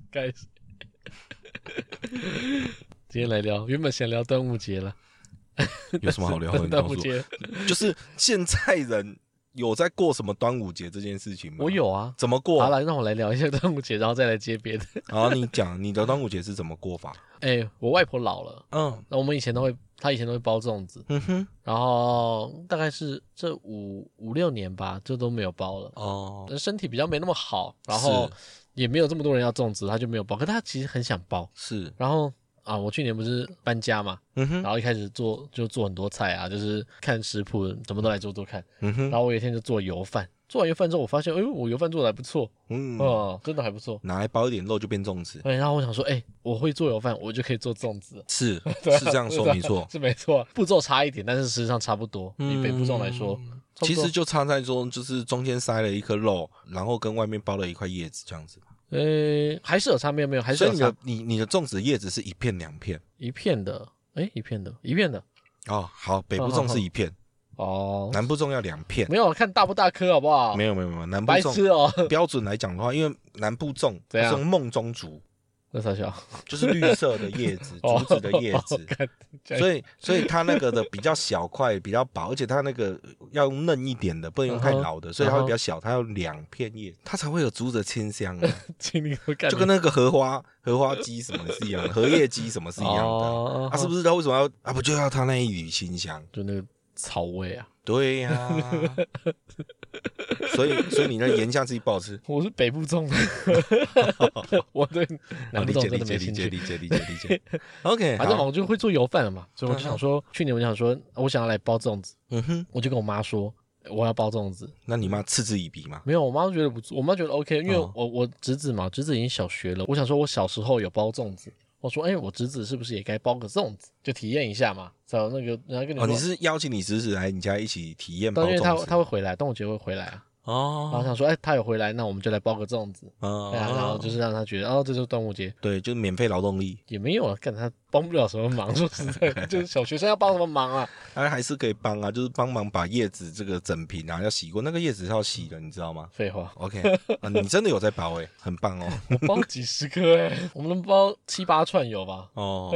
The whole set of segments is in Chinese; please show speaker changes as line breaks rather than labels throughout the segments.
该死！今天来聊，原本想聊端午节了，
有什么好 聊的？你
端
告诉
午
我，
节
就是现在人有在过什么端午节这件事情吗？
我有啊。
怎么过？
好了，让我来聊一下端午节，然后再来接别的。
好，你讲你的端午节是怎么过法？
哎、我外婆老了，
嗯
那我们以前都会，她以前都会包粽子，
嗯哼
然后大概是这五五六年吧，就都没有包了。
哦，
身体比较没那么好，然后也没有这么多人要粽子，她就没有包。可她其实很想包。
是
然后啊，我去年不是搬家嘛，
嗯哼
然后一开始做就做很多菜啊，就是看食谱什么都来做做看。
嗯
然
哼
后我有一天就做油饭，做完油饭之后，我发现，哎呦，我油饭做的还不错，
嗯，
哦、真的还不错。
拿来包一点肉就变粽子，
哎，然后我想说，哎，我会做油饭，我就可以做粽子了，。
是是这样说没错
啊是没错，步骤差一点，但是实际上差不多。以北部粽来说，差不多
嗯其实就差在说，就是中间塞了一颗肉，然后跟外面包了一块叶子这样子。
呃，还是有差，没有没有，还是
所以
有
你
差
的你你的粽子叶子是一片两片
一片的，哎，一片的，一片的，
哦，好，北部
哦
粽
好
是一片，
哦，
南部粽要两片。
没有啊看大不大颗好不好？
没有没有没有，南部
白
粽
痴哦，
标准来讲的话，因为南部粽
怎样
是梦中竹，
那傻笑，。
就是绿色的叶子，竹子的叶子
哦 看这样
所以，所以它那个的比较小块，比较薄，而且它那个要用嫩一点的，不能用太
嗯哼
老的，所以它会
嗯哼
比较小，它要两 片叶，它才会有竹子的清香啊。
经历都干
就跟那个荷花荷花鸡什么是一样的，荷叶鸡什么是一样的。
哦
啊，是不是他为什么要啊？不就要他那一缕清香？
就那个草味啊？
对呀、 所以所以你那盐酱自己不好吃，
我是北部粽 的，我对
啊
南部
理
粽真
解理
的
解
没
理
兴
解
趣。
理解理解理 解。OK，
反正
好
我就会做油饭了嘛，所以我就想说，去年我就想说，我想要来包粽子，
嗯哼，
我就跟我妈说我要包粽子。
那你妈嗤之以鼻嘛？
没有，我妈觉得不错，我妈觉得 OK，因为
哦
我我侄子嘛，侄子已经小学了，我想说我小时候有包粽子，我说哎，我侄子是不是也该包个粽子，就体验一下嘛，找那个然后跟你
哦，你
说，
是邀请你侄子来你家一起体验包
但因为他
粽子
他会回来，端午节会回来啊，然后
哦，
想说哎，他有回来，那我们就来包个粽子，
嗯
对啊，然后就是让他觉得哦，这就是端午节，
对，就是免费劳动力，
也没有啊，干他帮不了什么忙，说实在， 就是小学生要帮什么忙啊？
他还是可以帮啊，就是帮忙把叶子这个整平啊要洗过，那个叶子是要洗的，你知道吗
废 话，
？OK，啊，你真的有在包诶、很棒哦。
我包几十颗哎、我们能包七八串有吧？
哦，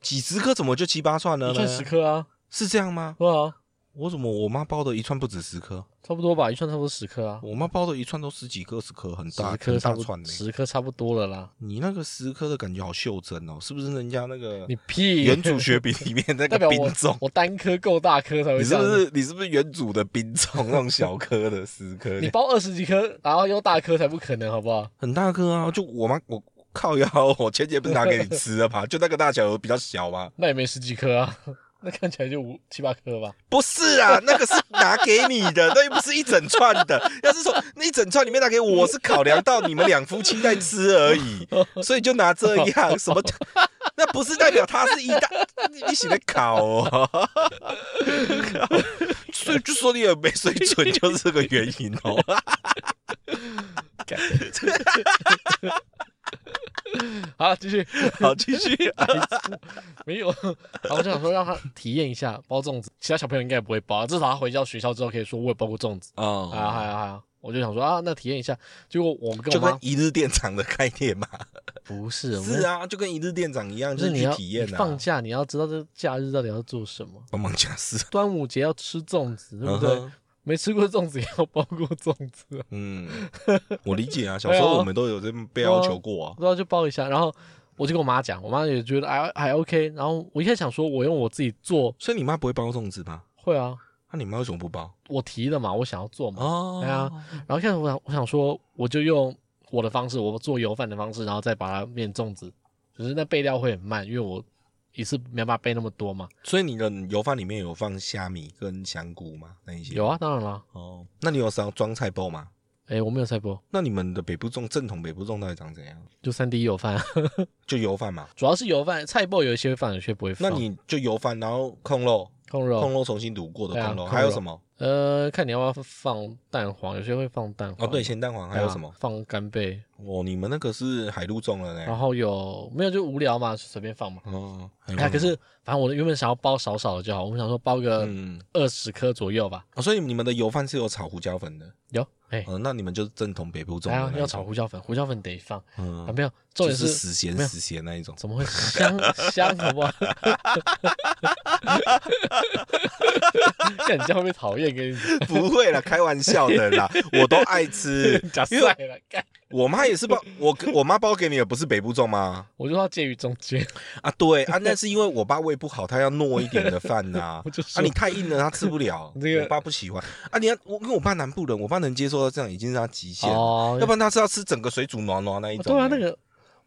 几十颗怎么就七八串了
啊一串
呢？
十颗啊，
是这样吗？
对啊，
我怎么我妈包的一串不止十颗？
差不多吧，一串差不多十颗啊，
我妈包的一串都十几颗、十颗，很
十
大
颗
很
差
大
不
串欸
多，
呢、
十颗差不多了啦。
你那个十颗的感觉好袖珍哦，是不是人家那个
你屁，
原主雪饼里面那
代
个
表
冰
我
粽？
我单颗够大颗才会
你是
这样
不
子。
是你是不是原主的冰粽那种小颗的十颗
你
的？
包二十几颗，然后又大颗才不可能，好不好？
很大颗啊！就我妈我靠腰，我前姐不是拿给你吃了吗？就那个大小有比较小吗？
那也没十几颗啊， 那看起来就五七八颗吧。
不是啊，那个是拿给你的，那又不是一整串的。 要是说那一整串里面拿给我，我是考量到你们两夫妻在吃而 已，所以就拿这样什么， 那不是代表它是一大 一起的烤哦。 所以就说你很没水准，就是这个原因哦。
干好了，继续。
好，继续。
没有，然后我就想说让他体验一下包粽子，其他小朋友应该也不会包，啊至少他回到学校之后可以说我也包过粽子。啊，
哦，
还有还有，我就想说啊，那体验一下。结果我们跟
就
我
跟
妈
一日店长的概念嘛。
不是，我们
是，啊，就跟一日店长一样，
不
就是
是你
去
要
体验
你
啊
放。假，你要知道这假日到底要做什么。
帮忙加事，
端午节要吃粽子，对不对？
嗯哼
没吃过粽子也要包过粽子啊，
嗯，我理解啊，小时候我们都有这么被要求过啊。
不知道就包一下。然后我就跟我妈讲，我妈也觉得还还 OK。然后我一开始想说，我用我自己做
所以你妈不会包粽子吗？
会啊，
那、你妈为什么不包？
我提的嘛，我想要做嘛。
哦
对啊，然后现在我想，我想说，我就用我的方式，我做油饭的方式，然后再把它变粽子。只是那备料会很慢，因为我一次没办法备那么多嘛。
所以你的油饭里面有放虾米跟香菇吗？那一些
有啊，当然啦。
哦。那你有烧装菜包吗？
哎，我没有菜包，
那你们的北部粽正统北部粽到底长怎样？
就三 D 油饭，啊
就油饭嘛。
主要是油饭，菜包有一些会放，有些不会
那
放。
你就油饭，然后控肉，
控
控
肉，
肉重新卤过的
哦对啊
控肉，
控肉
还有什么？
呃，看你要不要放蛋黄，有些会放蛋
哦，
黄。
对，咸蛋黄
对啊，
还有什么？哎
放干贝，
哦，你们那个是海陆粽了
然
呢。
后有没有就无聊嘛，随便放嘛。
哦，还有
哎，
什么
可是呃反正我原本想要包少少的就好，我们想说包个
嗯，
二十颗左右吧。
哦所以你们的油饭是有炒胡椒粉的。
有，哎
嗯，那你们就是正统北部粽的
然后
那
哦要
一
炒
种，
胡椒粉，胡椒粉得放啊，
嗯，
没有，重
就
点
是
是
死咸
没有
死咸那一种。
怎么会香 香好不好？看你这样会不会讨厌？跟你 讲。
不会啦，开玩笑的啦，我都爱吃
假赛了，干，
我妈也是包我我妈包给你的不是北部粽吗？
我就要介于中间，
啊，对啊，那是因为我爸胃不好，他要糯一点的饭呐、啊
我就。说
啊，你太硬了，他吃不了。
这个
我爸不喜欢啊，你看我因为我爸南部人，我爸能接受到这样已经是他极限了，
哦
要不然他是要吃整个水煮暖暖那一
啊
种、欸
对啊，那个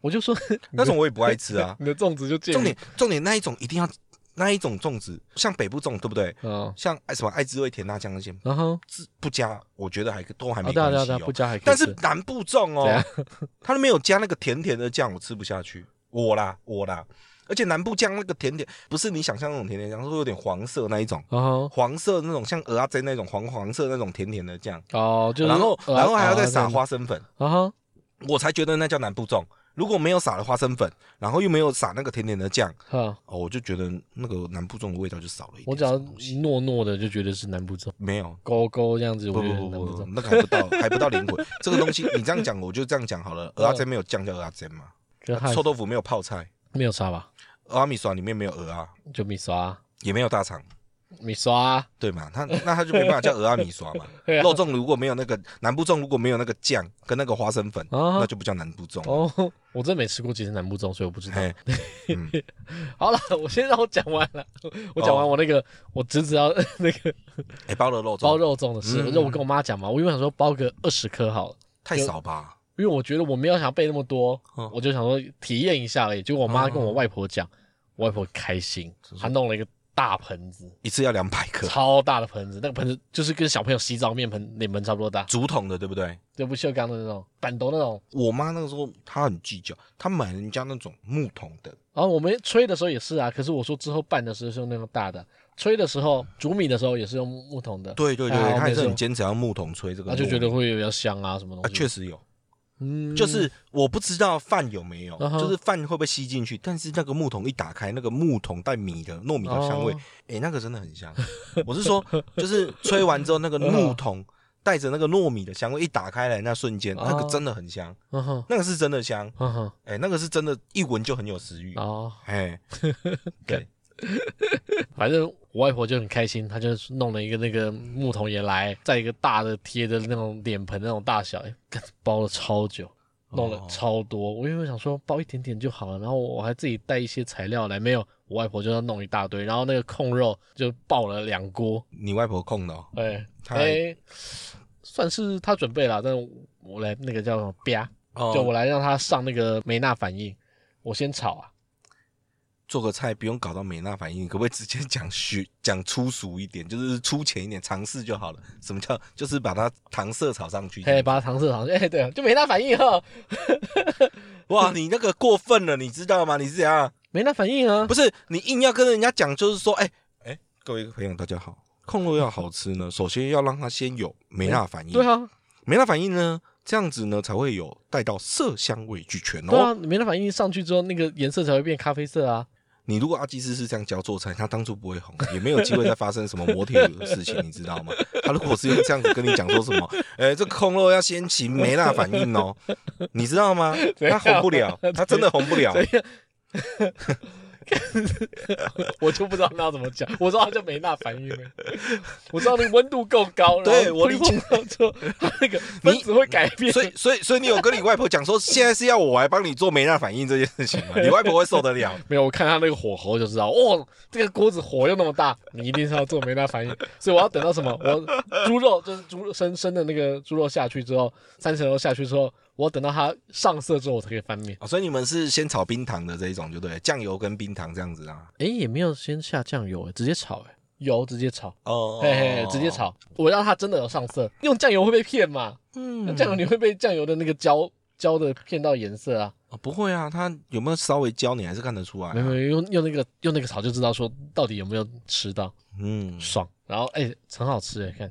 我就说。
那种我也不爱吃啊
你的粽子就介于
重点重点那一种一定要那一种粽子，像北部粽对不对？
嗯，
像哎什么爱滋味甜辣酱那些
然后
是不加，我觉得还都还
啊
没
对啊
关
对啊
系
对啊，
哦
不。加还可以
但是
吃
南部粽
怎样
哦，它都没有加那个甜甜的酱，我吃不下去。我啦，我啦，而且南部酱那个甜甜不是你想象那种甜甜酱，是会有点黄色那一种，
然后
黄色那种像鹅啊煎那种黄黄色那种甜甜的酱，
哦，就是
然后然后还要再撒，
啊
花生粉，
这样啊哈，
我才觉得那叫南部粽。如果没有撒了花生粉，然后又没有撒那个甜甜的酱，
哈，
哦，我就觉得那个南部粽的味道就少了一点。
我只要
什么东西
糯糯的就觉得是南部粽，
没有，
勾勾这样子，
不
我觉得
不
是南
不
部
不，
粽，
那个还不到，还不到灵魂。 这个东西你这样讲，我就这样讲好了。鹅啊煎没有酱叫鹅啊煎嘛，
可是它还
臭豆腐没有泡菜，
没有沙吧？
阿米耍里面没有鹅啊，
就米刷
也没有大肠，
米刷，啊
对嘛？他那他就没办法叫鹅阿米耍 嘛。
对啊
肉粽如果没有那个南部粽，如果没有那个酱跟那个花生粉，
啊
那就不叫南部粽。
哦，我真没吃过，其实南部粽，所以我不知道。
嘿，嗯
好了，我先让我讲完了，我讲完
哦
我那个、我侄子要 那个
哎，包了肉
包
粽
肉粽的事，
嗯
那、我跟我妈讲嘛，我原本想说包个二十颗好了，
太少吧？
因为我觉得我没有想要备那么多，
嗯
我就想说体验一下而已。结果我妈
嗯
跟我外婆讲，我外婆开心，她弄了一个大盆子，
一次要两百克，
超大的盆子，那个盆子就是跟小朋友洗澡面盆脸盆差不多大，
竹筒的，对不对？
就不锈钢的那种板头那种。
我妈那个时候她很计较，她买人家那种木桶的，
然后我们吹的时候也是啊，可是我说之后拌的时候是用那种大的，吹的时候煮米的时候也是用木桶的，
对对对
啊，
哎她也是
我那
很
时
坚持要木桶吹这个
候，啊
糯米，
就觉得会比较香啊什么
啊
东西。
确实有。
嗯
就是我不知道饭有没有，
嗯哼
就是饭会不会吸进去，但是那个木桶一打开，那个木桶带米的糯米的香味，
哦
诶，那个真的很香。我是说，就是吹完之后，那个木桶带着那个糯米的香味一打开来那瞬间，
哦
那个真的很香，
嗯哼，
那个是真的香，
嗯哼，
诶，那个是真的，一闻就很有食欲，
哦，
哎、对，
反正我外婆就很开心，她就弄了一个那个木桶也来，再一个大的贴的那种脸盆那种大小，哎，干包了超久，弄了
哦
超多。我原本想说包一点点就好了，然后我还自己带一些材料来，没有，我外婆就要弄一大堆，然后那个控肉就爆了两锅，
你外婆控的、哦，
哎
太
哎，算是她准备了，但是我来那个叫什么吧，
哦
就我来让她上那个梅纳反应，我先炒啊。
做个菜不用搞到美娜反应，你可不可以直接讲学 讲粗俗一点，就是粗浅一点，尝试就好了。什么叫就是把它糖色炒上去？
嘿，把它糖色糖， 哎、对，就没那反应啊哈，
哇，你那个过分了，你知道吗？你是怎样？
没那反应啊
不。是你硬要跟人家讲，就是说，哎、哎、各位朋友大家好，控肉要好吃呢，首先要让它先有美娜反应，
对，啊，
美娜反应呢，这样子呢才会有带到色香味俱全
对
哦。
啊，没那反应上去之后，那个颜色才会变咖啡色啊。
你如果阿基斯是这样教做菜，他当初不会红，啊 也没有机会再发生什么摩铁的事情，你知道吗？ 他如果是用这样子跟你讲说什么，哎、这空肉要先起没辣反应哦， 你知道吗？
怎样
他红不了，
啊
他真的红不了
所。以，我就不知道那要怎么讲，我知道它叫没那反应 了，我知道那个温度够高，然
对
后
我理解
碰到之后， 它那个分子会改变。
所以，所以，所以你有跟你外婆讲说，现在是要我来帮你做没辣反应这件事情吗？ 你外婆会受得了？
没有，我看它那个火候就知道，哦，这个锅子火又那么大，你一定是要做没那反应。 所以我要等到什么？我猪肉就是猪肉生生的那个猪肉下去之后，三层肉下去之后，我等到它上色之后，我才可以翻 面。
哦所以你们是先炒冰糖的这一种，就对了，酱油跟冰糖这样子啊。
诶，也没有先下酱油，直接炒，诶，油直接炒，
哦，
嘿嘿，直接。炒。我让它真的有上色，用酱油会被骗嘛？那
嗯，
酱油你会被酱油的那个焦焦的骗到颜色啊？
哦不会啊，他有没有稍微教你，还是看得出来啊、
没有没有，用用那个用那个炒就知道说到底有没有吃到
嗯，
爽。然后诶，很好吃诶，看。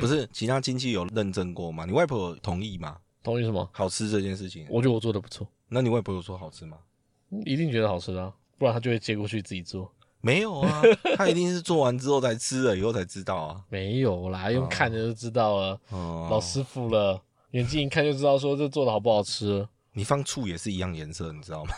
不是，其他亲戚有认证过吗？你外婆有同意吗？
同意什么？
好吃这件事情，
我觉得我做的不错，
那你外婆有说好吃吗？
一定觉得好吃的啊，不然他就会接过去自己做。
没 有啊，他一定是做完之后才吃了，以后才知道啊。
没有啦，用看着就知道了，
哦，
老，师傅了，眼睛一看就知道说这做的好不好 吃。
你放醋也是一样颜色，你知道吗？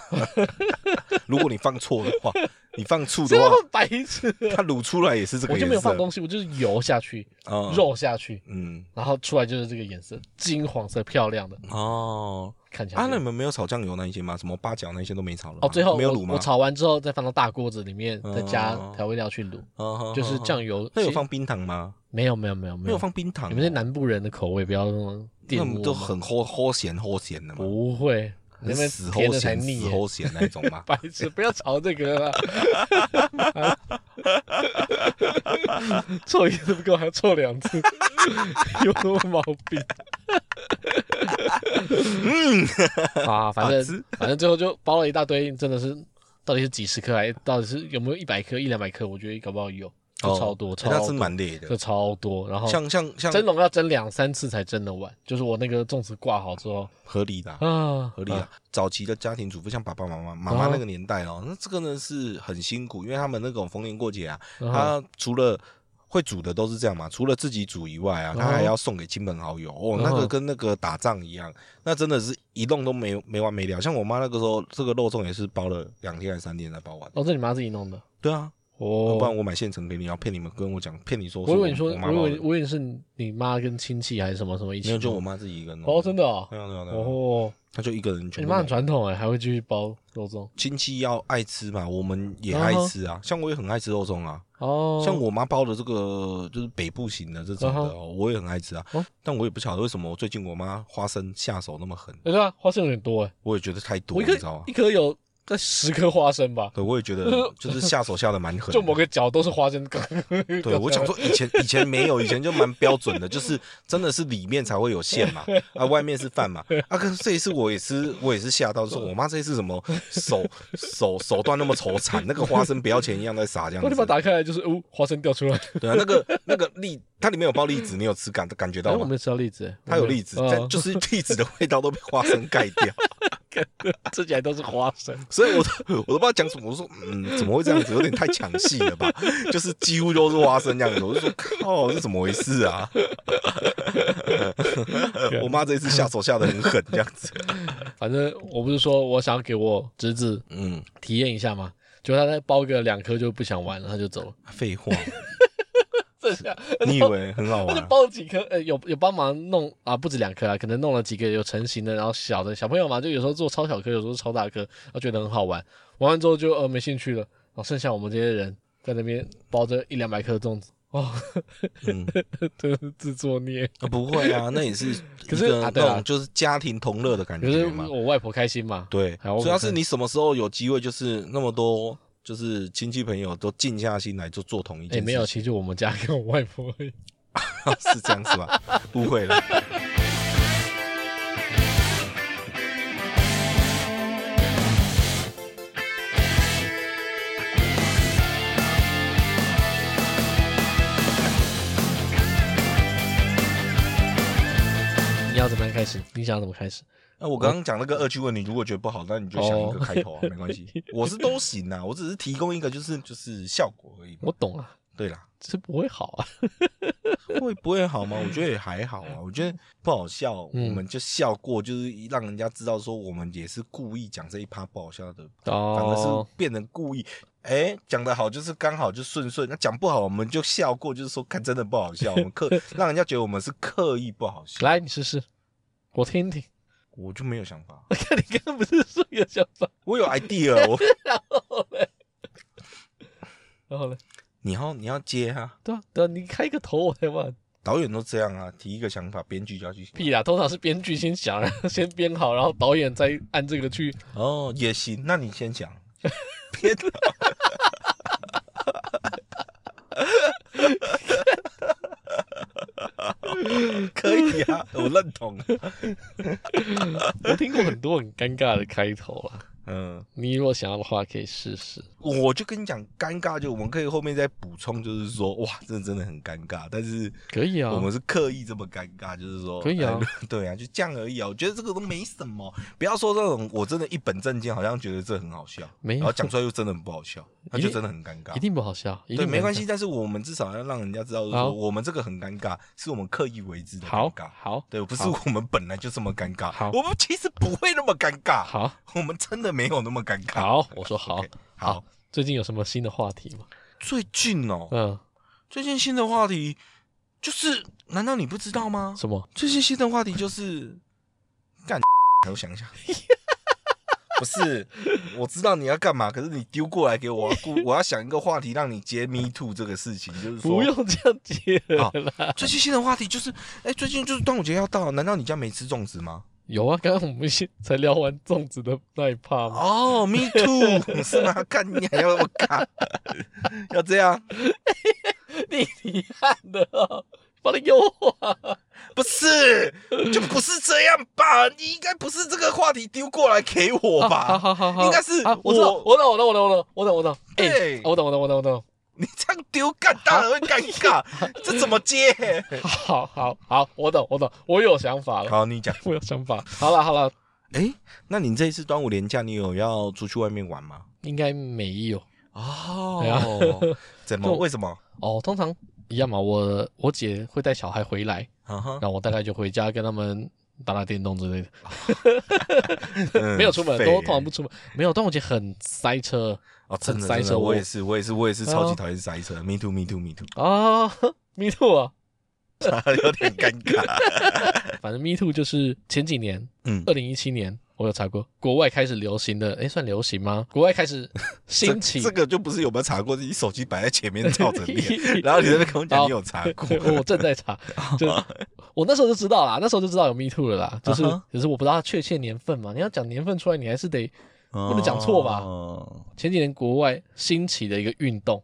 如果你放错的话，你放醋的
这
话，
么白痴啊，
它卤出来也是这个
我就
颜
没有放
色。
东西，我就是油下去，
嗯，
肉下去，
嗯，
然后出来就是这个颜色，金黄色，漂亮的，
哦，
看起来
啊，
就。
那你们没有炒酱油那一些吗？什么八角那些都没炒了吗
哦，最后
没有
我
卤吗？
我炒完之后再放到大锅子里面，再加
嗯
调味料去卤，
哦，
就是
油。
酱油。
那有
其实
放冰糖吗？
没有没有没有
没有，放冰糖哦，
你们这南部人的口味不要那么
那
玷
我
污
们
我
都
们
很齁齁咸齁咸的嘛，
不会，你
很
们
死
甜
齁
的才
咸死
腻耶。。
齁咸那一种嘛
白痴，不要吵这个了。 臭一次不够，还要臭两次， 有什么毛病？ 嗯，啊， 反
好
正
吃
反正最后就包了一大堆，真的是到底是几十颗，还到底是有没有一百颗、一两百颗？我觉得搞不好有，就超多，
哦
超
那是
多，
蛮累的
就。超多。然后
像像像
蒸笼要蒸两三次才蒸得完，就是我那个粽子挂好之后
合理的啊、
啊，
合理啊。早期的家庭主妇，像爸爸妈妈、妈妈那个年代哦，那这个呢是很辛苦，因为他们那种逢年过节啊，
然后
他除了会煮的都是这样嘛，除了自己煮以外啊，
嗯
他还要送给亲朋好友哦，
嗯
那个跟那个打仗一样，那真的是一弄都没没完没了。像我妈那个时候，这个肉粽也是包了两天还是三天才包完。
哦，这你妈自己弄的
对啊，
哦
不。然我买现成给你，然后骗你们跟我讲，骗你说是
我以为你说，
我妈
我
包
以
的
为我以为是你妈跟亲戚还是什么什么一起
没有，
弄，
就我妈自己一个人弄。
哦，真的哦，
对啊对啊对啊，
哦，
她就一个人
你
全部
妈
弄
很传统哎，还会继续包肉粽
亲戚要爱吃嘛，我们也爱吃
嗯
啊。像我也很爱吃肉粽啊，
哦，
像我妈包的这个就是北部型的这种的
嗯
哦，我也很爱吃啊
哦。
但我也不晓得为什么我最近我妈花生下手那么狠，
哎对啊，花生有点多哎，
我也觉得太多，
我一
啊你知道
颗
吗
一？颗有在十颗花生吧，
对，我也 觉得就是下手下的蛮狠的。
就某个角都是花生梗。
啊对，我想说以前以前没有，以前就蛮标准的，就是真的是里面才会有馅嘛，啊，外面是饭嘛，啊，可是这一次我也是我也是吓到，说我妈这一次怎么手手手段那么愁惨，那个花生不要钱一样在撒这
我
样
你把
子，
打开来就是哦，花生掉出来。
对啊，那个那个栗它里面有包栗子，你有吃感感觉
哎，
到
我
吗
没？有吃到栗子哎，
它有栗子，但就是栗子的味道都被花生盖掉，
吃起来都是花生。
所以我都 我都不知道讲什么。我说嗯，怎么会这样子？有点太抢戏了吧？ 就是几乎都是花生这样子。我就说靠，是怎么回事啊？ 我妈这一次下手下的很狠，这样子。
反正我不是说我想要给我侄子
嗯，
体验一下嘛，结果他再包个两颗就不想玩了，他就走了。
废话，
这下
你以为很好
他 就
玩？
包了几颗，呃，有有帮忙弄啊，不止两颗啊，可能弄了几个有成型的，然后小的小朋友嘛，就有时候做超小颗，有时候超大颗，然后觉得很好玩，玩完之后就呃没兴趣了，然后剩下我们这些人在那边包着一两百颗粽子，哦，
嗯，
真的是自作孽。
啊不会啊，那也是一
可是
个
啊对
那
啊
种就是家庭同乐的感
可是
觉嘛。
我外婆开心嘛，
对，
还有我
主要是
看
你什么时候有机会，就是那么多就是亲戚朋友都静下心来，就做同一件
哎，
事情。
没有，其实就我们家跟我外婆而已。
是这样是吧？误会了。
你要怎么样开始？你想要怎么开始？
那我刚刚讲那个恶趣味，你如果觉得不好，那你就想一个开头啊，没 关系。我是都行啊，我只是提供一个就是就是效果而已嘛。
我懂啊，
对啦，
这不会好啊。
会不会好吗？我觉得也还好 啊。我觉得不好笑，
嗯
我们就笑过，就是让人家知道说我们也是故意讲这一趴不好笑的，反而
哦
是，变成故意。哎，讲的好就是刚好就顺顺，那讲不好我们就笑过，就是说看真的不好笑，我们 刻让人家觉得我们是刻意不好笑。
来你试试，我听 听。
我就没有想法，
看你刚刚不是说有想法，
我有 idea，我
然后呢？
你要你要接啊，
对啊，对啊，你开个头我才玩。
导演都这样啊，提一个想法，编剧就要去
屁啦，通常是编剧先想， 然后先编好，然后导演再按这个去。
哦，也行，那你 先讲，别的 可以啊，我认同。
我听过很多很尴尬的开头啦，
嗯，
你如果想要的话，可以试试。
我就跟你讲，尴尬就我们可以后面再补充，就是说，哇，这真的很尴尬，但是
可以啊
我们是刻意这么尴尬，就是说，
可以啊
哎， 对啊，就这样而已啊。我觉得这个都没什么，不要说这种，我真的一本正经，好像觉得这很好笑，
没有
然后讲出来又真的很不好笑，那
一
就
定
真的很尴尬
一。定不好笑，一
对，
定
没
很
关
尴
系，但是我们至少要让人家知道，就是
好
说我们这个很尴尬，是我们刻意为之的
尬。
尴
好
尬。
好
对，不是
好
我们本来就这么尴尬，
好
我们其实不会那么尴尬，
好
我们真的没有那么尴尬。
好，我说好
OK，好，
最近有什么新的话题吗？
最近哦，
嗯，
最近新的话题就是，难道你不知道吗？
什么？
最近新的话题就是干，我想 一下，不是，我知道你要干嘛，可是你丢过来给 我，我要顾我要想一个话题让你接 me too 这个事情，就是说
不用这样接了
好
啦。
最近新的话题就是，哎、最近就是端午节要到了，难道你家没吃粽子吗？
有啊，刚刚我们先才聊完粽子的那一趴嘛。
哦、m e too，是 吗？干你还要我干， 要这样？
你你看的哦，把你优化。
不是，就不是这样吧？你应该不是这个话题丢过来给我吧？
哦好好好好，
应该是
啊我知道，
我
我懂，我懂，我懂，我懂，我懂，我懂。哎
对，
我懂，我懂，我懂，我懂。
你这样丢，干大人会尴 尬，这怎么接？
好好好，我懂，我懂，我有想法了，
好，你讲。
我有想法。好了好了，
哎、那你这一次端午连假，你有要出去外面玩吗？
应该没有对啊
哦， 怎么？
就
为什 么？
哦。通常一样嘛，我我姐会带小孩回来，
啊哈
然，后我大概就回家跟他们打打电动之类的，
嗯
没有出门，
废
都通常不出门。没有，端午节很塞车
哦，真的
很塞
真的
车
我
我
也是，我也是，我也是
对啊
超级讨厌塞车，me too，me too，me too，
啊。Me too 啊，
有点尴 尬。
反正 Me too 就是前几年，
嗯
二零一七年我有查过，国外开始流行的，诶，算流行吗？国外开 始兴起
这这个就不是有没有查过，你手机摆在前面照 着练，然后你在那边跟我讲
好
你有查过，
我正在 查，就我那时候就知道啦，那时候就知道有 Me Too 了啦，就是、
啊哈
只是我不知道它确切年份嘛，你要讲年份出来，你还是得 不能讲错吧
哦
前几年国外兴起的一个运动，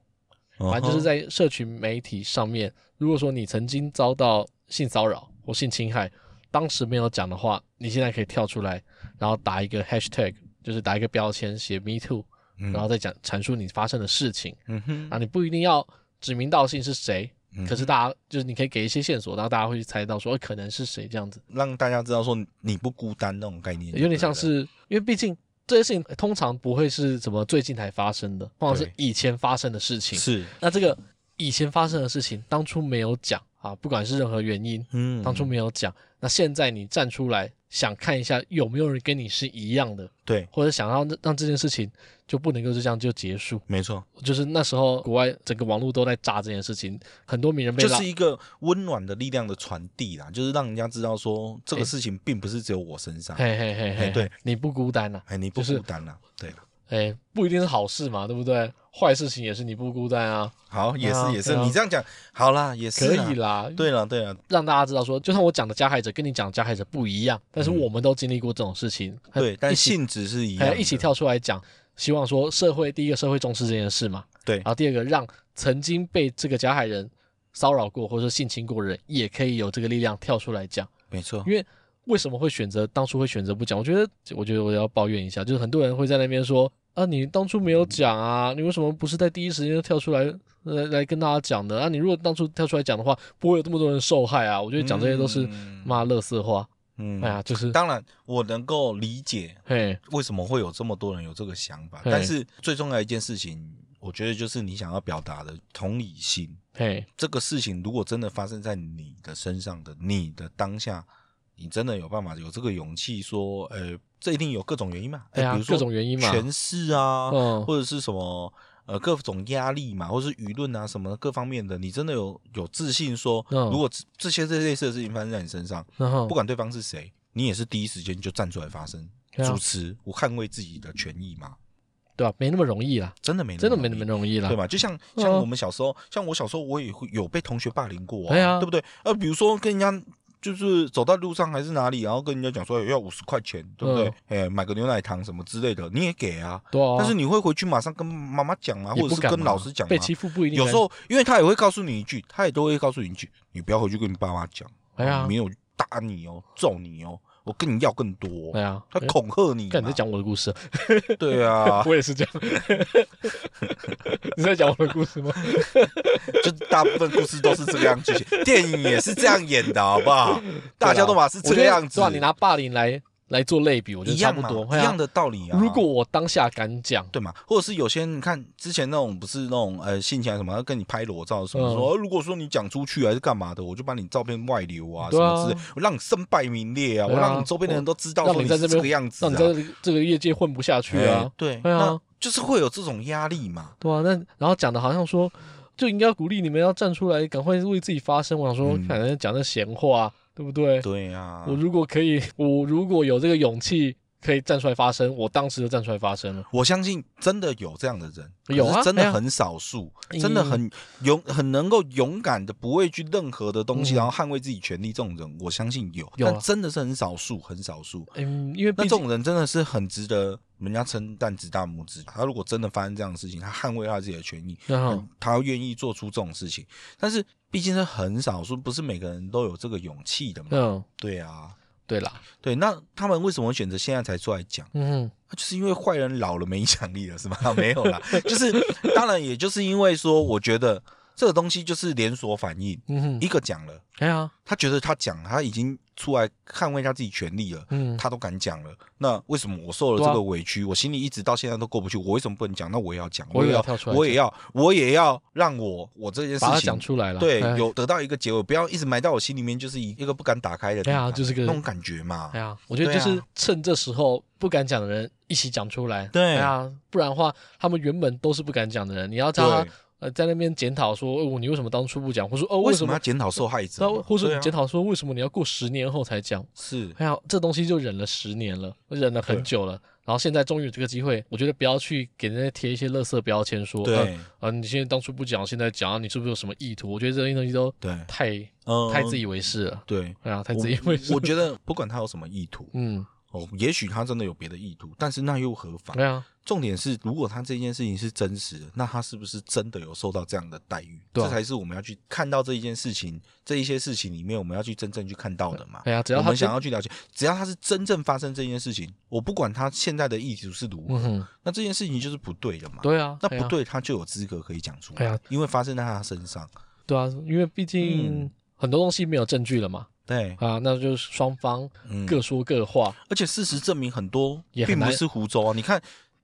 反正就是
嗯
在社群媒体上面，如果说你曾经遭到性骚扰或性侵害，当时没有讲的话，你现在可以跳出来，然后打一个 Hashtag，就是打一个标签写 Me Too，
嗯哼
然后再讲阐述你发生的事情，
嗯哼
啊，你不一定要指名道姓是谁，
嗯
可是大家就是你可以给一些线索，然后大家会去猜到说、哦可能是谁这样子，
让大家知道说你不孤单那种概念，
有点像是因为毕竟这些事情通常不会是什么最近才发生的，通常是
对
以前发生的事情。
是，
那这个以前发生的事情，当初没有讲啊，不管是任何原因，
嗯
当初没有讲，那现在你站出来想看一下有没有人跟你是一样的，
对，
或者想要让让这件事情就不能够就这样就结束。
没错，
就是那时候国外整个网络都在炸这件事情，很多名人被
就
拉
是一个温暖的力量的传递啦，就是让人家知道说这个
哎
事情并不是只有我身上，
嘿嘿嘿嘿，
哎对，
你不孤单呐、
哎，你不
就是
孤单啦，对啦，
哎，不一定是好事嘛，对不对？坏事情也是你不孤单啊，
好，也
啊
是也是，
对啊
你这样讲好啦，也是
可
啦
以，啦，
对了对了，
让大家知道说，就算我讲的加害者跟你讲的加害者不一样，但是我们都经历过这种事情，
嗯对，但
一起
性质是一样
哎
的，
一起跳出来讲，希望说社会第一个社会重视这件事嘛，
对
然，后第二个让曾经被这个加害人骚扰过或者说性侵过的人也可以有这个力量跳出来讲。
没错，
因为为什么会选择当初会选择不讲？我觉得，我觉得我要抱怨一下，就是很多人会在那边说啊，你当初
嗯
没有讲啊，你为什么不是在第一时间就跳出来来来跟大家讲的？啊，你如果当初跳出来讲的话，不会有这么多人受害啊。我觉得讲这些都是
嗯
骂乐色话，
嗯
哎呀，就是
当然，我能够理解
嘿，
为什么会有这么多人有这个想法，
嘿
但是最重要一件事情，我觉得就是你想要表达的同理心。
嘿，
这个事情如果真的发生在你的身上的，你的当下，你真的有办法有这个勇气说，呃，这一定有各种原因嘛？
哎
哎，
呀
比如说
各种原因嘛
权势啊，
嗯
或者是什么呃各种压力嘛，或是舆论啊什么各方面的，你真的有有自信说，
嗯
如果这这些这类似的事情发生在你身上，
然后
不管对方是谁，你也是第一时间就站出来发声，
对啊
主持，我捍卫自己的权益嘛，
对吧？没那么容易啦，
真的没那么
真的没
容
那
易
么容易啦
对。嘛？就像
嗯
像我们小时候，像我小时候，我也会有被同学霸凌过
对
啊，
啊
对不对？呃，比如说跟人家就是走到路上还是哪里，然后跟人家讲说哎要五十块钱，对不对
嗯？
哎，买个牛奶糖什么之类的，你也给啊。
对啊，
但是你会回去马上跟妈妈讲啊，
也
或者
不
是
敢
跟
嘛
老师讲
被
啊。
欺负不一定
有
敢
时候，因为他也会告诉你一句，他也都会告诉你一句，你不要回去跟你爸妈讲，
哎呀
没有打你哦，揍你哦，我跟你要更多
对，啊，
他恐吓你嘛。
看你在讲我的故事，
对啊，
我也是这 样。你在讲我的故事吗？
就大部分故事都是这个样剧情，电影也是这样演的，好不好？大家都嘛是这个样子
对吧？，你拿霸凌来来做类比，我觉得
一
差
样
不
嘛，
多。
一样的道理啊。
如果我当下敢讲，
对嘛，或者是有些你看之前那种不是那种呃性侵啊什么，要跟你拍裸照什么，
嗯
说、啊如果说你讲出去还是干嘛的，我就把你照片外流啊什
对啊
么之类，我让你身败名裂啊，
对啊
我让你周边的人都知道
让
说
你在
是
这
这
边
个样子
让你，
啊
在这个这个业界混不下去
哎
啊，
对，
对啊
那就是会有这种压力嘛。
对啊，那然后讲的好像说就应该鼓励你们要站出来，赶快为自己发声。我想说，
嗯
看人家讲那闲话，对不对？
对啊，
我
我
如果可以，我如果有这个勇气，可以站出来发声，我当时就站出来发声了。
相信真的有这样的人，
有啊
可是真
哎
的
呀
很少数，
嗯
真的很勇，很能够勇敢的不畏惧任何的东西，
嗯
然后捍卫自己权利，这种人我相信有，
有啊
但真的是很少数，很少数。
嗯，因为
那
毕
这
竟
种人真的是很值得人家称赞、指大拇指。他如果真的发生这样的事情，他捍卫他自己的权益，
然后
嗯他愿意做出这种事情。但是毕竟是很少数，不是每个人都有这个勇气的嘛。
嗯，
对啊，
对啦，
对，那他们为什么会选择现在才出来讲？
嗯
那啊就是因为坏人老了没影响力了，是吗？ 没有啦，就是当然，也就是因为说，我觉得这个东西就是连锁反应，
哼嗯哼，
一个讲了，
哎呀，
他觉得他讲他已经出来捍卫他自己权利了。
嗯，
他都敢讲了，那为什么我受了
对啊
这个委屈，我心里一直到现在都过不去？我为什么不能讲？那我也要讲，
我也
也
要
要
跳出，来
我也要，我也要让我我这件事
把它讲
情
出来了，
对
哎，
有得到一个结尾，不要一直埋在我心里面，就是一一个不敢打开的地
对啊
方
就是个
那种感觉嘛
哎。呀，我觉得就
对啊
是趁这时候不敢讲的人一起讲出来。
对
哎呀，不然的话，他们原本都是不敢讲的人，你要叫他
对，
呃在那边检讨说，哦，我你为什么当初不讲，或说哦
为
为
什
什
么
么
要，检讨受害者
然后
嘛？
或者
对
你
啊
检讨说为什么你要过十年后才讲？
是
哎呀，这东西就忍了十年了，忍了很
对
久了。然后现在终于有这个机会，我觉得不要去给人家贴一些垃圾标签，说，呃
对
啊，你现在当初不讲，现在讲，啊你是不是有什么意图？我觉得这些东西都
对，
太
嗯
呃太自以为是了，
对，
哎呀，太
我
自以为是
我。觉得不管他有什么意图
嗯，
哦，也许他真的有别的意图，但是那又何妨
对？啊，
重点是，如果他这件事情是真实的，那他是不是真的有受到这样的待遇？
对啊
这才是我们要去看到这一件事情，这一些事情里面我们要去真正去看到的嘛
哎。呀，只要
我
他
们想要去了解，只要他是真正发生这件事情，我不管他现在的意图是如
嗯
何，
哼，
那这件事情就是不对的嘛。
对啊，
啊那
哎呀
不对，他就有资格可以讲出
哎
来
呀，
因为发生在他身上。
对啊，因为毕竟
嗯
很多东西没有证据了嘛，
对，
啊，那就是双方
嗯，
各说各话，
而且事实证明很多
也很
并不
难
是湖州啊。你看，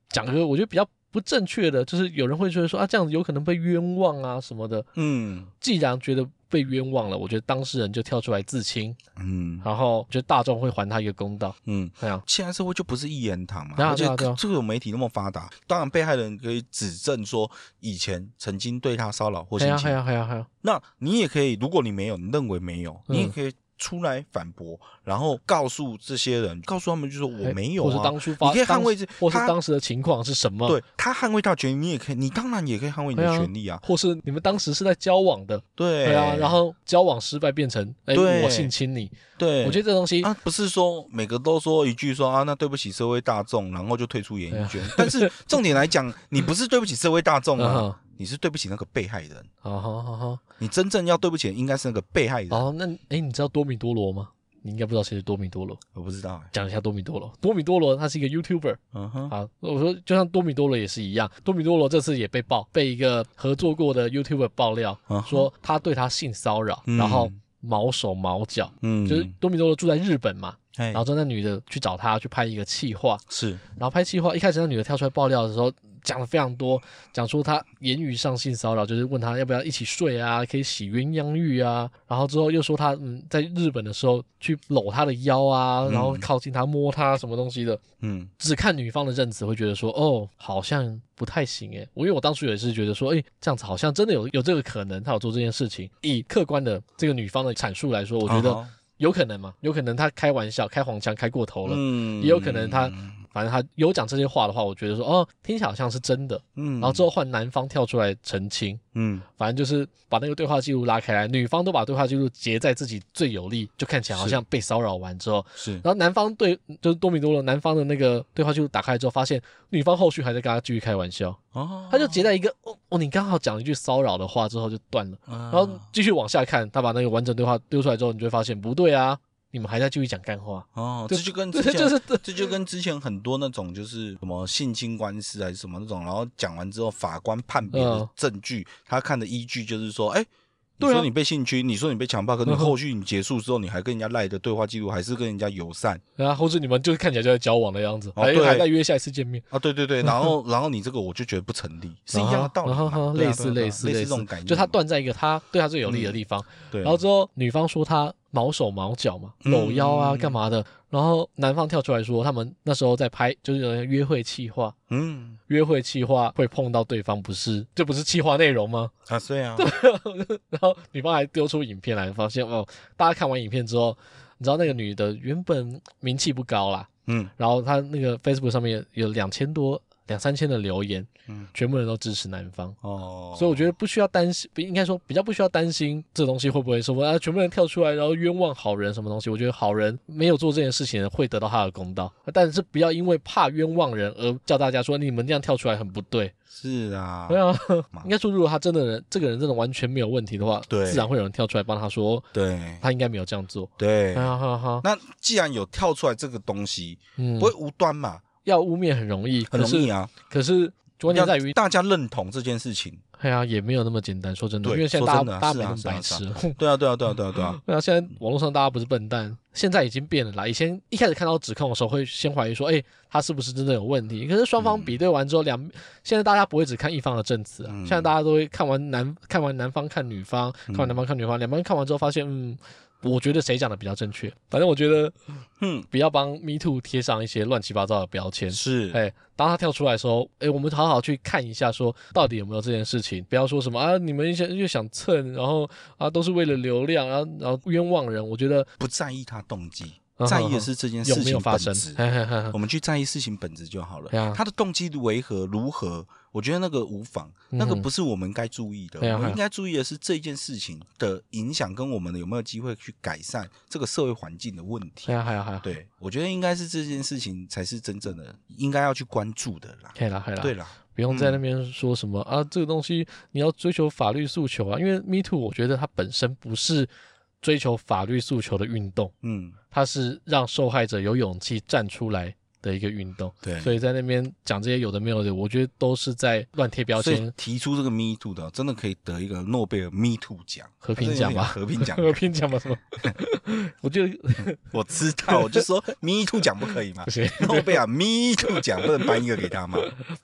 讲个我觉得比较不正确的，就是有人会觉得说啊，这样子有可能被冤枉啊什么的。
嗯
既然觉得被冤枉了，我觉得当事人就跳出来自清，
嗯
然后我觉得大众会还他一个公道。
嗯，
哎呀，
现在社会就不是一言堂嘛，
对啊
而且
对啊对啊
这个媒体那么发达，当然被害人可以指证说以前曾经对他骚扰或
哎
性
呀，哎
侵，
呀，哎呀，哎呀，
那你也可以，如果你没有，你认为没有，
嗯
你也可以出来反驳，然后告诉这些人，告诉他们就说我
哎
没有
或是
啊。
当初发，
你可以
当
捍卫这
或是
他
当时的情况是什么？，
对他捍卫他的权利，你也可以，你当然也可以捍卫你
对
的
啊
权利啊。
或是你们当时是在交往的，
对
对啊，然后交往失败变成，哎，
对
我性侵你，
对，
我觉得这东西，
啊，不是说每个都说一句说啊，那对不起社会大众，然后就退出演艺圈。但是重点来讲，你不是对不起社会大众
啊嗯哼
啊，你是对不起那个被害人。
好好好好。
你真正要对不起的应该是那个被害人。
哦，那哎，你知道多米多罗吗？你应该不知道谁是多米多罗。
我不知道、欸，
讲一下多米多罗，多米多罗他是一个 YouTuber
嗯哼，
啊。我说，就像多米多罗也是一样，多米多罗这次也被爆，被一个合作过的 YouTuber 爆料
嗯哼
说他对他性骚扰，
嗯
然后毛手毛脚。
嗯，
就是多米多罗住在日本嘛，
哎
然后之后那女的去找他去拍一个气话，
是
然后拍气话一开始那女的跳出来爆料的时候讲的非常多，讲出她言语上性骚扰，就是问她要不要一起睡啊，可以洗鸳鸯浴啊，然后之后又说她嗯在日本的时候去搂她的腰啊，
嗯
然后靠近她摸她什么东西的，
嗯
只看女方的认知会觉得说哦好像不太行诶，我因为我当初也是觉得说诶这样子好像真的有有这个可能，她有做这件事情。以客观的这个女方的阐述来说，我觉
啊
得
哈
有可能嘛，有可能她开玩笑开黄腔开过头了。
嗯
也有可能他反正他有讲这些话的话，我觉得说哦，听起来好像是真的。
嗯
然后之后换男方跳出来澄清，
嗯
反正就是把那个对话记录拉开来，女方都把对话记录截在自己最有利，就看起来好像被骚扰完之后，
是
然后男方对就是多米多罗男方的那个对话记录打开之后，发现女方后续还在跟他继续开玩笑，
哦
他就截在一个哦哦，你刚好讲了一句骚扰的话之后就断了。
然
然后继续往下看，他把那个完整对话丢出来之后，你就会发现不对啊，你们还在继续讲干话，
哦，这就跟
这
之前
就是
这就跟之前很多那种就是什么性侵官司还是什么那种，然后讲完之后法官判别的
嗯
证据，他看的依据就是说，哎、你
对啊
说你被性侵，你说你被强暴，可是你
嗯哼
后续你结束之后，你还跟人家赖的对话记录，还是跟人家友善
然后或者你们就是看起来就在交往的样子，
哦
还
对
还在约下一次见面，
啊？对对对，然后然后你这个我就觉得不成立，是一样的道理
然
嘛，
后然后
对啊
类似
对啊对啊
类似
类似
类
这种感觉嘛，嗯
就他断在一个他对他最有利的地方，
对，
然后之后女方说他毛手毛脚嘛，
嗯
搂腰啊
嗯嗯
干嘛的，然后男方跳出来说他们那时候在拍就是有人约会气话，
嗯
约会气话会碰到对方不是这不是气话内容吗？
啊，对啊，
然后女方还丢出影片来，发现哦，大家看完影片之后，你知道那个女的原本名气不高啦，
嗯
然后她那个 Facebook 上面有两千多、两三千的留言，
嗯
全部人都支持男方，
哦，
所以我觉得不需要担心，不应该说比较不需要担心这东西会不会说啊，全部人跳出来然后冤枉好人什么东西，我觉得好人没有做这件事情的会得到他的公道，但是不要因为怕冤枉人而叫大家说你们这样跳出来很不对，
是啊，
对啊
嘛，
应该说，如果他真的人，这个人真的完全没有问题的话，
对
自然会有人跳出来帮他说，哦
对
他应该没有这样做。
对。
哈哈哈，
那既然有跳出来这个东西，
嗯
不，会无端嘛，
要污蔑很容易，
很
可
容易
是
啊。
可是关键
要
在于，
大家认同这件事情。
哎呀，也没有那么简单。说真的，
对
因为现在大
说真的
家大家
啊是
没
啊
那么白
是啊
痴。
对啊，对啊，对啊，对啊，对 啊。
对啊，现在网络上大家不是笨蛋，现在已经变了啦。以前一开始看到指控的时候，会先怀疑说，哎，他是不是真的有问题？可是双方比对完之后，两现在大家不会只看一方的证词啊，
嗯
现在大家都会看完男看完男方看女方，看完男方看女方，两方看完之后发现，嗯，我觉得谁讲的比较正确？反正我觉得
嗯，
不要帮 Me Too 贴上一些乱七八糟的标签。
是，
哎，当他跳出来的时候，哎，我们好好去看一下，说到底有没有这件事情，不要说什么啊，你们想又想蹭，然后啊都是为了流量，然后然后冤枉人，我觉得
不在意他动机
嗯，
在意的是这件
有
事
没有
情
发
本
生
质？。
嘿嘿嘿嘿
我们去在意事情本质就好
对啊
了。他的动机为何如何？我觉得那个无妨，那个
嗯
不是我们该注意的。
对啊
我们
对啊
嗯应该注意的是这件事情的影响跟我们有没有机会去改善这个社会环境的问题
还。有还有还有，
对，啊我觉得应该是这件事情才是真正的应该要去关注的啦。
可以了可以了，
对啦，啊
不用在那边说什么、啊，这个东西你要追求法律诉求啊，因为 Me Too 我觉得它本身不是追求法律诉求的运动，
嗯，
它是让受害者有勇气站出来的一个运动。
对。
所以在那边讲这些有的没有的，我觉得都是在乱贴标
所 以
签。
提出这个 Me Too 的，真的可以得一个诺贝尔 Me Too 奖，
和平奖吧。
和平奖
我偏讲吧什么？ 我觉得
我知道，我就说 Me Too 奖不可以吗
不？行，
诺贝尔 Me Too 奖不能颁一个给他吗？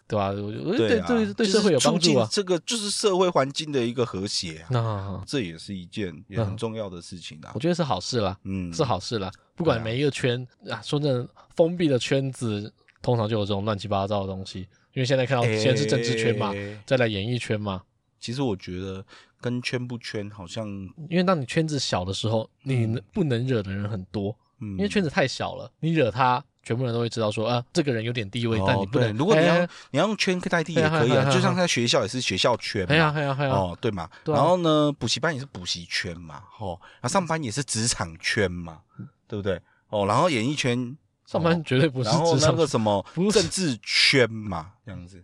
对吧、我觉得
对
对
啊，
对对
就是
社会有帮助
促进
啊。
这个就是社会环境的一个和谐啊，
那
这也是一件也很重要的事情啊
嗯我。觉得是好事啦，
嗯，
是好事啦。不管
对啊
每一个圈啊，说真的，封闭的圈子通常就有这种乱七八糟的东西。因为现在看到
哎，
先是政治圈嘛，再来演艺圈嘛。
其实我觉得跟圈不圈好像，
因为当你圈子小的时候，你
嗯
不能惹的人很多，
嗯，
因为圈子太小了，你惹他，全部人都会知道说啊，这个人有点地位，但你
哦，
不
对，
能。
如果你要
哎
你要用圈代替也可以
哎
啊
哎哎，哎
就像在学校也是学校圈
哎呀，
嘛。
哎呀，哎呀，
哦，对嘛，
对啊
然后呢，补习班也是补习圈嘛，哦，然后上班也是职场圈嘛，对不对？哦，然后演艺圈，
上班绝对不是
哦然后
职
那
场
个什么
不是
政治圈嘛，这样子，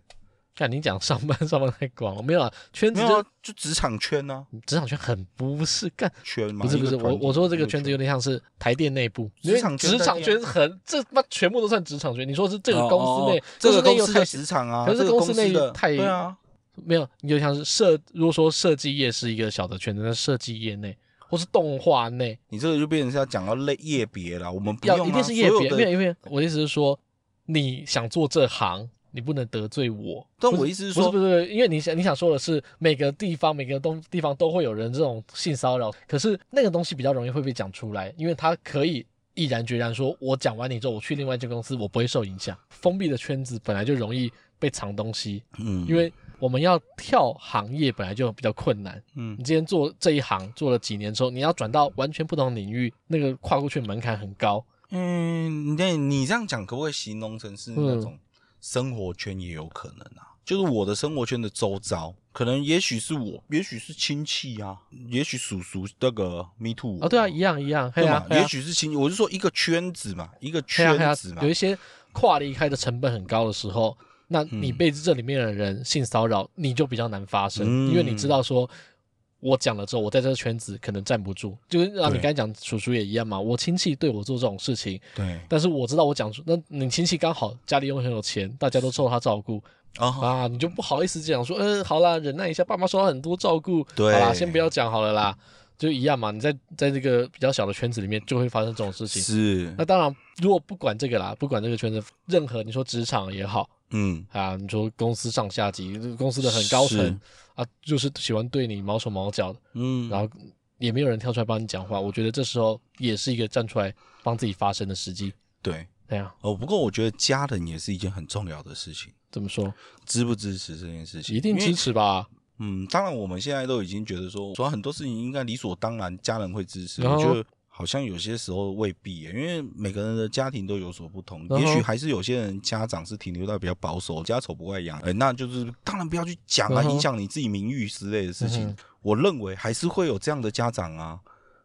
看你讲上班，上班太广了，没有啊，圈子
没
就
有啊就职场圈呢，
职场圈很不是干，
圈嘛，
不是
一
不
个
是，
团
我
体
我说这个圈子
一
有点像是台电内部，因
职
为
场圈
职
在
场
内啊
圈很这他妈全部都算职场圈。你说是这个公司
哦
内
哦哦，这个
司内
公
又
司
太
的职场啊，
可是
这个
公
公
司
司
内
的
太
对啊，
没有，你就像是设，如果说设计业是一个小的圈子，那设计业内或是动画内，
你这个就变成是要讲到类业别了，我们不
要
用
一
啊
定是业
所有
别，
的
没有，因为我的意思是说，你想做这行，你不能得罪我。
但
不
我意思
不
是
是
说
不是不是，因为你想你想说的是每个地方每个东地方都会有人这种性骚扰，可是那个东西比较容易会被讲出来，因为他可以毅然决然说，我讲完你之后，我去另外一间公司，我不会受影响。封闭的圈子本来就容易被藏东西，
嗯
因为我们要跳行业本来就比较困难。
嗯
你，今天做这一行做了几年之后，你要转到完全不同领域，那个跨过去的门槛很高。
嗯，那你这样讲可不可以形容成是那
嗯
种生活圈也有可能啊？就是我的生活圈的周遭，可能也许是我，也许是亲戚啊，也许叔叔那个 me too
哦，对啊，一样一样，嘿
对
啊
嘛，，
嘿啊
也许是亲戚，我是说一个圈子嘛，一个
嘿啊嘿
圈
啊
子嘛
有，一些跨离开的成本很高的时候，
嗯
那你被这里面的人性骚扰，你就比较难发生，
嗯
因为你知道说我讲了之后，我在这个圈子可能站不住，就是啊，你刚
对
才讲叔叔也一样嘛，我亲戚对我做这种事情，
对，
但是我知道我讲出，那你亲戚刚好家里又很有钱，大家都受他照顾
哦，
啊，你就不好意思讲说，嗯，好啦，忍耐一下，爸妈受到很多照顾，
对
好啦，先不要讲好了啦，就一样嘛，你在在这个比较小的圈子里面就会发生这种事情。
是
那，当然，如果不管这个啦，不管这个圈子，任何你说职场也好
嗯，
啊，你说公司上下级、公司的很高
是
层啊，就是喜欢对你毛手毛脚的，
嗯，
然后也没有人跳出来帮你讲话，我觉得这时候也是一个站出来帮自己发声的时机。
对，
对啊，
哦，不过我觉得家人也是一件很重要的事情，
怎么说？
支不支持这件事情，
一定
因为
支持吧？
嗯，当然我们现在都已经觉得说，说很多事情应该理所当然，家人会支持。
然
我
后
觉得好像有些时候未必耶，因为每个人的家庭都有所不同，
然后
也许还是有些人家长是停留在比较保守，家丑不外扬，哎、那就是当然不要去讲啊，
然后
影响你自己名誉之类的事情。
嗯
我认为还是会有这样的家长啊，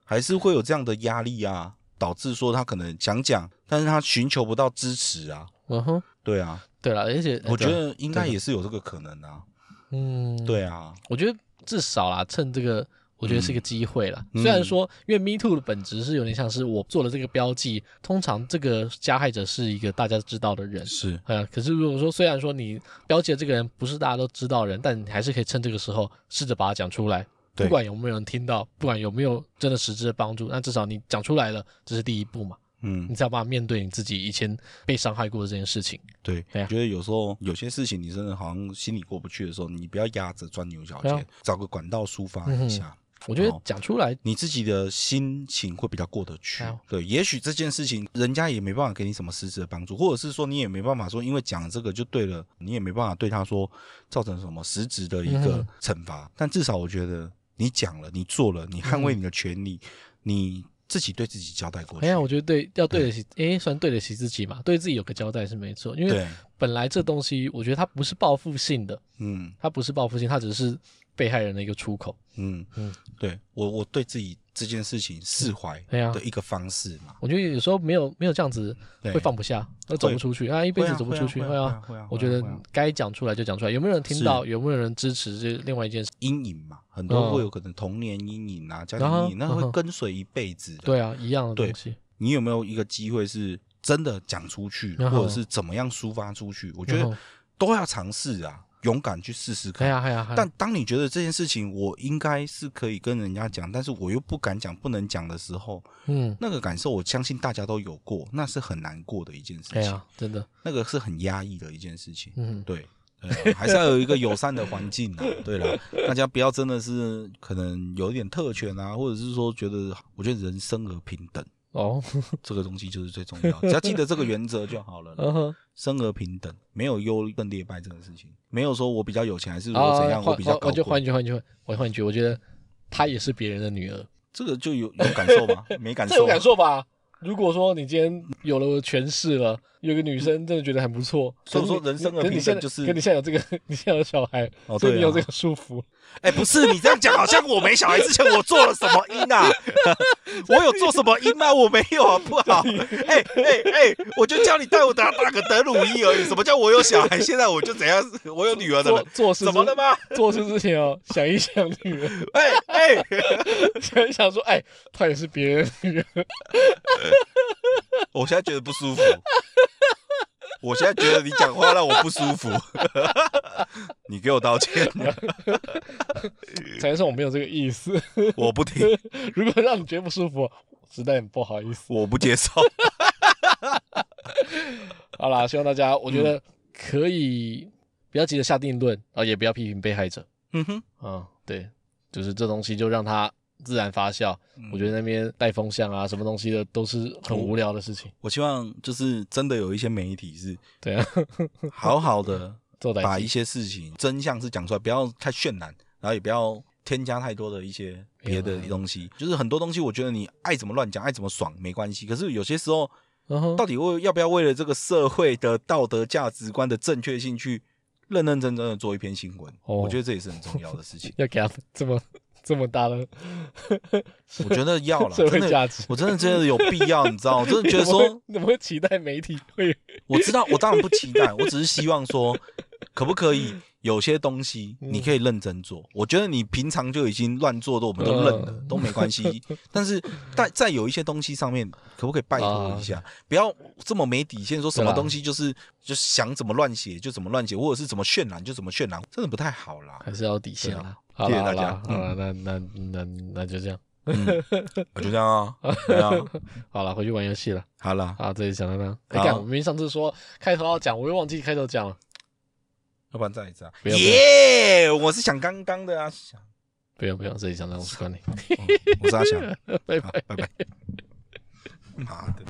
还是会有这样的压力啊，导致说他可能想讲，但是他寻求不到支持啊。
嗯哼，
对啊，
对了，而且
我觉，得应该
哎对的
也是有这个可能啊。
嗯，，
对啊，
我觉得至少啦，趁这个。我觉得是个机会啦。
嗯
虽然说，因为 Me Too 的本质是有点像是我做了这个标记，通常这个加害者是一个大家知道的人，
是，
呃，可是如果说虽然说你标记的这个人不是大家都知道的人，但你还是可以趁这个时候试着把它讲出来，
对
不管有没有人听到，不管有没有真的实质的帮助，那至少你讲出来了，这是第一步嘛，
嗯
你。才有办法面对你自己以前被伤害过的这件事情。
对，
对啊
我觉得有时候有些事情你真的好像心里过不去的时候，你不要压着钻牛角
对
尖，
啊
找个管道抒发
嗯
一
哼
下，
我觉得
好
讲出来，
你自己的心情会比较过得去。
哎呦
对，也许这件事情人家也没办法给你什么实质的帮助，或者是说你也没办法说因为讲这个就对了，你也没办法对他说造成什么实质的一个
嗯
惩罚。但至少我觉得你讲了，你做了，你捍卫你的权利，
嗯
你自己对自己交代过去。
哎呀，我觉得对，要
嗯
对得起，哎，算对得起自己嘛，对自己有个交代是没错。因为
对，
本来这东西，我觉得它不是报复性的，
嗯
它不是报复性，它只是被害人的一个出口。
嗯嗯
嗯，
对我我对自己这件事情释怀
哎呀
的一个方式嘛。
我觉得有时候没有没有这样子
对
嗯会放不下，那走不出去啊，一辈
会
子
啊
走不
会啊
出去，
会啊
会
会啊会啊
我
会啊
觉得嗯
会啊
该讲出来就讲出来，有没有人听到，有没有人支持，这是另外一件事。
阴影嘛，很多
嗯
会有可能童年阴影啊、家庭阴影，那
嗯哼
会跟随一辈子的。
对啊，一样的
对
东西。
你有没有一个机会是真的讲出去，
然
或
后
者是怎么样抒发出去？我觉
然
得
后
都要尝试啊，勇敢去试试
嗯哎
看。
呀，哎呀，哎呀
但当你觉得这件事情我应该是可以跟人家讲，但是我又不敢讲、不能讲的时候，
嗯，
那个感受我相信大家都有过，那是很难过的一件事
哎
情
呀，，真的，
那个是很压抑的一件事情。
嗯，
对，对啊还是要有一个友善的环境 啊。对了，大家不要真的是可能有一点特权啊，或者是说觉得，我觉得人生而平等
哦，
这个东西就是最重要，只要记得这个原则就好了 啦。
嗯哼，
生而平等，没有优胜劣败这个事情，没有说我比较有钱还是我
啊
怎样，
换
我比较高
我就换一句，换
贵，
一句，我换一句，我觉得她也是别人的女儿，
这个就有有感受吗？没 感
这有
受啊，
感受吧？如果说你今天有了权势了，有个女生真的觉得很不错，可
所以
是
说
你
人生
可
而
你
平
现在
等就
可
是
你现在有这个， 你现在有小孩，
哦
所以
对
你有
啊
这个束缚，
哎、不是你这样讲，好像我没小孩之前我做了什么 音啊？我有做什么音吗？我没有啊，不好。哎哎哎，我就叫你带我打打个德鲁伊而已。什么叫我有小孩？现在我就怎样？ 我有女儿的
做
了，
做事
怎么
之
了吗？
做事之前哦，想一想女儿，
哎哎，
想一想说，哎，她也是别人的女 儿，
我现在觉得不舒服。我现在觉得你讲话让我不舒服， 你给我道歉，
才说我没有这个意思。
我不听，
如果让你觉得不舒服，实在很不好意思。
我不接受。
好啦，希望大家，我觉得可以不要急着下定论啊，也不要批评被害者
嗯哼，
啊。对，就是这东西就让它自然发酵。
嗯
我觉得那边带风向啊，什么东西的都是很无聊的事情。
我希望就是真的有一些媒体是
对啊，
好好的
做代
把一些事情真相是讲出来，不要太渲染，然后也不要添加太多的一些别的东西。就是很多东西，我觉得你爱怎么乱讲，爱怎么爽没关系。可是有些时候，
然后
到底为要不要为了这个社会的道德价值观的正确性去认认真真的做一篇新闻？
哦。
我觉得这也是很重要的事情
要给他们这么这么大的
我觉得要了，
社会
真的。
价值。
我真的觉得有必要，你知道，我真的 觉得
你怎
说
么，会怎么会期待媒体会
我知道，我当然不期待，我只是希望说，可不可以有些东西
嗯
你可以认真做，我觉得你平常就已经乱做的，我们都
嗯
认了，都没 关系。但是在在有一些东西上面，可不可以拜托一下，不要这么没底线，说什么
啊对啊啦
东西就是就想怎么乱写就怎么乱写，或者是怎么渲染就怎么渲染，真的不太好啦。
还是要底线啦。好
啊谢谢
啦好
大家
啦，好啦，那那那那就这样，
嗯，我就这样啊，对啊，
好了，回去玩游戏了。
好啦，
好，这里讲到那。哎，
好
干，我明明上次说开头要讲，我又忘记开头讲了。
要不然再一次啊，
不要不要
耶！我是想刚刚的啊，想哦
不用不用， 这里讲到我是管你，
嗯我是阿翔，
拜拜
嗯好。拜拜。妈的！